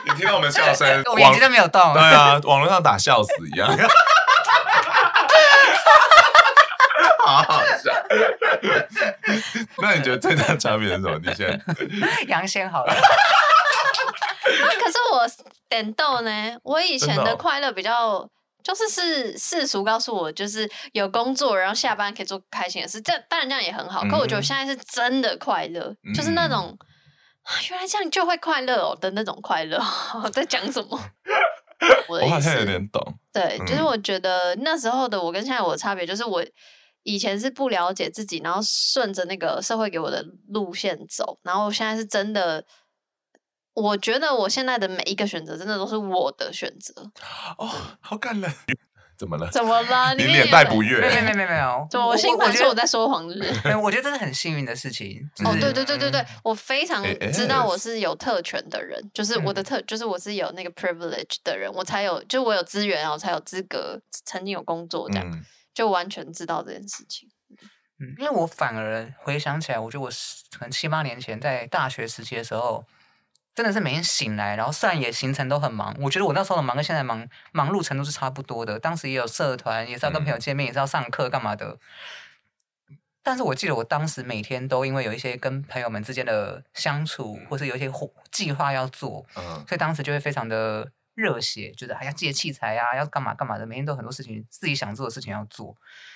你听到我们笑声 我眼睛都没有动对，啊，网络上打笑死一样。 好好笑，那你觉得最大的差别是什么？ 你先，杨先好了， 可是我点豆呢，我以前真的的哦快乐比较。就是是世俗告诉我，就是有工作，然后下班可以做开心的事。这当然这样也很好，可我觉得我嗯现在是真的快乐，就是那种啊原来这样就会快乐哦的那种快乐。 我在讲什么？我的我好意像有思，点懂。对，就是嗯我觉得那时候的我跟现在我的差别，就是我以前是不了解自己，然后顺着那个社会给我的路线走，然后我现在是真的，我觉得我现在的每一个选择，真的都是我的选择。哦，好感 人。怎么了？怎么了？ 你也脸带不？嗯悦没有没有没有没有，怎么？我心我烦觉说我得在说谎是不是？没有，我觉得这是很幸运的事情。就哦，是对对对对对，我非常哎哎知道我是有特权的人，就是我的嗯特，就是我是有那个 privilege 的人，我才有，就我有资源啊，我才有资格曾经有工作这样，嗯就完全知道这件事情。嗯，因为我反而回想起来，我觉得我十可能七八年前在大学时期的时候，真的是每天醒来，然后虽然也行程都很忙，我觉得我那时候的忙跟现在忙忙碌程度是差不多的。当时也有社团，也是要跟朋友见面，也是要上课干嘛的。但是我记得我当时每天都因为有一些跟朋友们之间的相处，或是有一些活计划要做，嗯所以当时就会非常的热血，觉得还要借器材啊，要干嘛干嘛的，每天都有很多事情自己想做的事情要做。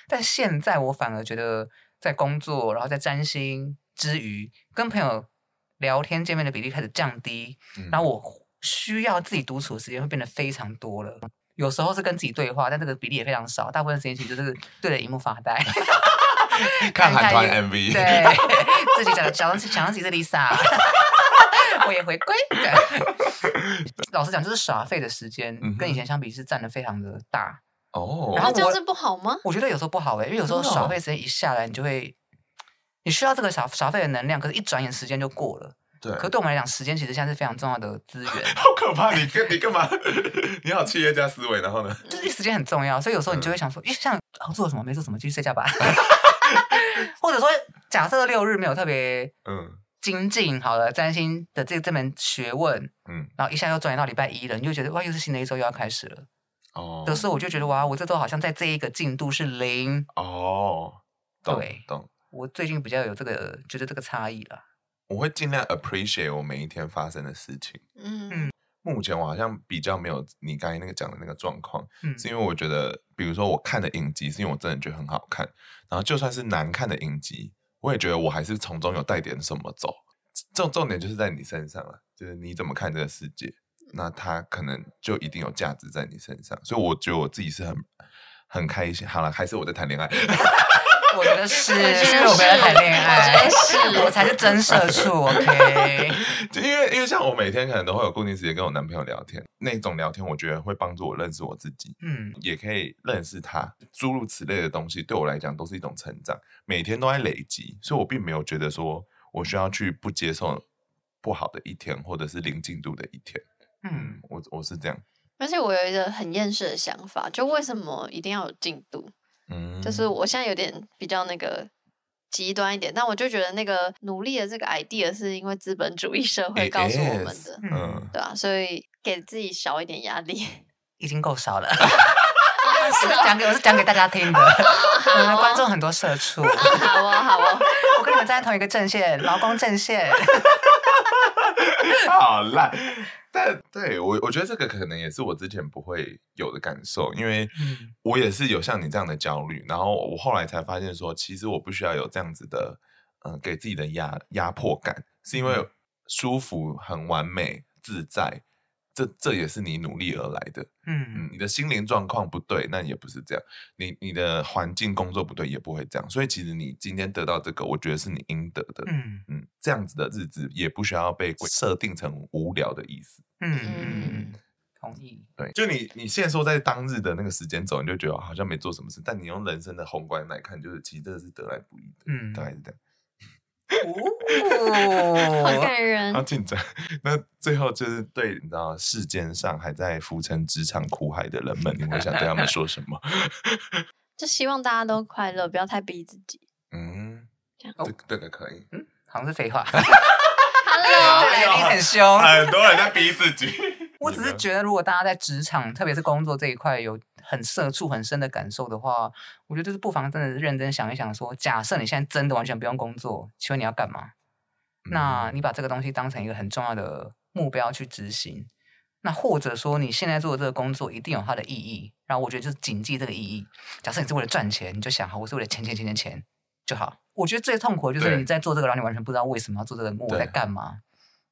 但现在我反而觉得，在工作，然后在占星之余，跟朋友聊天见面的比例开始降低，嗯然后我需要自己独处的时间会变得非常多了。有时候是跟自己对话，但这个比例也非常少，大部分时间其实就是对着荧幕发呆， 看韩团一 MV，对，自己想想想想起是 Lisa，我也回归。老实讲，就是耍废的时间嗯哼跟以前相比是占的非常的大。哦，然那后这样我子不好吗？我觉得有时候不好哎、因为有时候真的哦耍废时间一下来，你就会你需要这个耍耍废的能量，可是一转眼时间就过了。对，可对我们来讲，时间其实现在是非常重要的资源，好可怕！你跟你干嘛？ 你好企业家思维，然后呢？就是时间很重要，所以有时候你就会想说，咦、像哦做了什么没做什么，继续睡觉吧。 或者说，假设六日没有特别嗯精进好了，占星的这这门学问，嗯，然后一下又转移到礼拜一了，你就觉得哇，又是新的一周又要开始了。哦有时候我就觉得哇，我这周好像在这一个进度是零。哦，懂对懂。我最近比较有这个，觉得这个差异了。我会尽量 appreciate 我每一天发生的事情。嗯目前我好像比较没有你刚才那个讲的那个状况，嗯是因为我觉得，比如说我看的影集，是因为我真的觉得很好看，然后就算是难看的影集，我也觉得我还是从中有带点什么走。重重点就是在你身上了，就是你怎么看这个世界，那它可能就一定有价值在你身上。所以我觉得我自己是很很开心。好了，还是我在谈恋爱。 我觉得是，我觉得是因为我没有在谈恋爱，是我觉得是我才是真社畜，OK？就因为因为像我每天可能都会有固定时间跟我男朋友聊天，那种聊天我觉得会帮助我认识我自己，嗯，也可以认识他，诸如此类的东西对我来讲都是一种成长，每天都在累积，所以我并没有觉得说我需要去不接受不好的一天，或者是零进度的一天。嗯，我我是这样，而且我有一个很厌世的想法，就为什么一定要有进度？嗯，就是我现在有点比较那个极端一点，但我就觉得那个努力的这个 idea 是因为资本主义社会 It 告诉我们 is 的，嗯，对啊，所以给自己少一点压力。已经够少 了。我是讲给我是讲给大家听的，我们的观众很多社畜，我好哦，好哦，跟你们站在同一个阵线，劳工阵线。 好 烂。但对我，我觉得这个可能也是我之前不会有的感受，因为嗯我也是有像你这样的焦虑，然后我后来才发现说，其实我不需要有这样子的，嗯、给自己的压压迫感，是因嗯为舒服、很完美、自在，这这也是你努力而来的。嗯嗯，你的心灵状况不对，那也不是这样。你你的环境工作不对，也不会这样。所以其实你今天得到这个，我觉得是你应得的。嗯嗯，这样子的日子也不需要被规设定成无聊的意思。嗯嗯，同意。对，就你你限缩在当日的那个时间轴，你就觉得哦好像没做什么事，但你用人生的宏观来看，就是其实这是得来不易的，嗯大概是这样。好哦，感人好。紧张。 那最后就是对你知道世间上还在浮沉职场苦海的人们，你会想对他们说什么？ 就希望大家都快乐，不要太逼自己。嗯，这样这个这个可以。 好像是废话。哎 Hello， 对，你很凶。 很多人在逼自己。我只是觉得，如果大家在职场，特别是工作这一块有很社畜很深的感受的话，我觉得就是不妨真的是认真想一想说假设你现在真的完全不用工作，请问你要干嘛？那嗯你把这个东西当成一个很重要的目标去执行。那或者说你现在做的这个工作一定有它的意义，然后我觉得就是谨记这个意义。假设你是为了赚钱，你就想好我是为了钱钱钱钱钱就好。我觉得最痛苦的就是对你在做这个，然后你完全不知道为什么要做这个，我在对干嘛。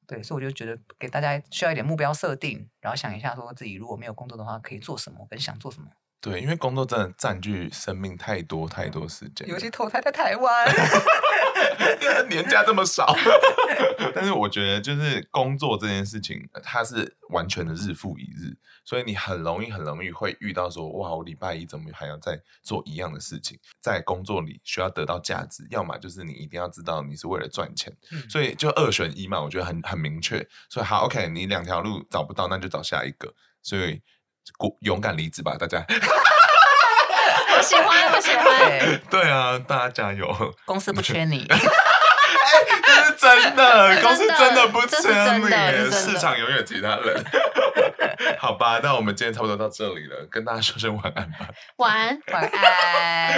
对，所以我就觉得给大家需要一点目标设定，然后想一下说自己如果没有工作的话可以做什么，跟想做什么。对，因为工作真的占据生命太多太多时间了，尤其投胎在台湾， 年假这么少，但是我觉得就是工作这件事情，呃它是完全的日复一日，所以你很容易很容易会遇到说，哇，我礼拜一怎么还要再做一样的事情？在工作里需要得到价值，要么就是你一定要知道你是为了赚钱，嗯所以就二选一嘛，我觉得很很明确。所以好，OK，你两条路找不到，那就找下一个。所以鼓勇敢离职吧，大 家。我喜欢，我喜欢。 对，对啊，大家加油！公司不缺 你。这是真 的，公司真的不这是缺真的你，这是真的市场永远有其他人。 好吧，那我们今天差不多到这里了，跟大家说声晚 安吧，晚安。晚嗯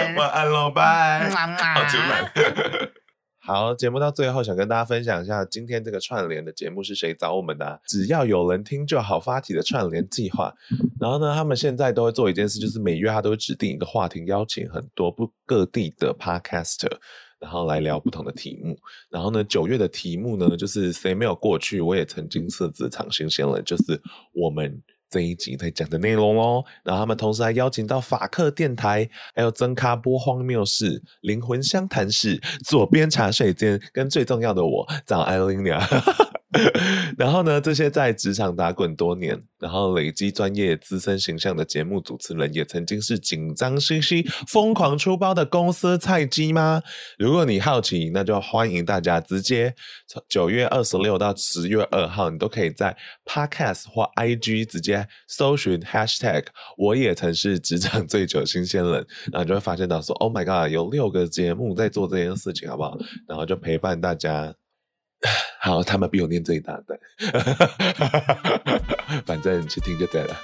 安，晚安喽，拜。么好么突然，好，节目到最后，想跟大家分享一下今天这个串联的节目是谁找我们的啊、只要有人听就好发起的串联计划。然后呢，他们现在都会做一件事，就是每月他都会指定一个话题，邀请很多不各地的 podcaster，然后来聊不同的题目。然后呢，九月的题目呢，就是谁没有过去，我也曾经是职场新鲜人，就是我们。这一集在讲的内容哦，然后他们同时还邀请到法克电台，还有真咖波荒谬事、灵魂相谈室、左边茶水间，跟最重要的我早安林娘。 然后呢，这些在职场打滚多年，然后累积专业资深形象的节目主持人，也曾经是紧张兮兮、疯狂出包的公司菜鸡吗？如果你好奇，那就欢迎大家直接从九月二十六到十月二号，你都可以在 Podcast 或 IG 直接搜寻 Hashtag 我也曾是职场最久新鲜人，然后你就会发现到说 Oh my God，有六个节目在做这件事情，好不好？然后就陪伴大家。 好，他们比我念最大的，反正你去听就对了。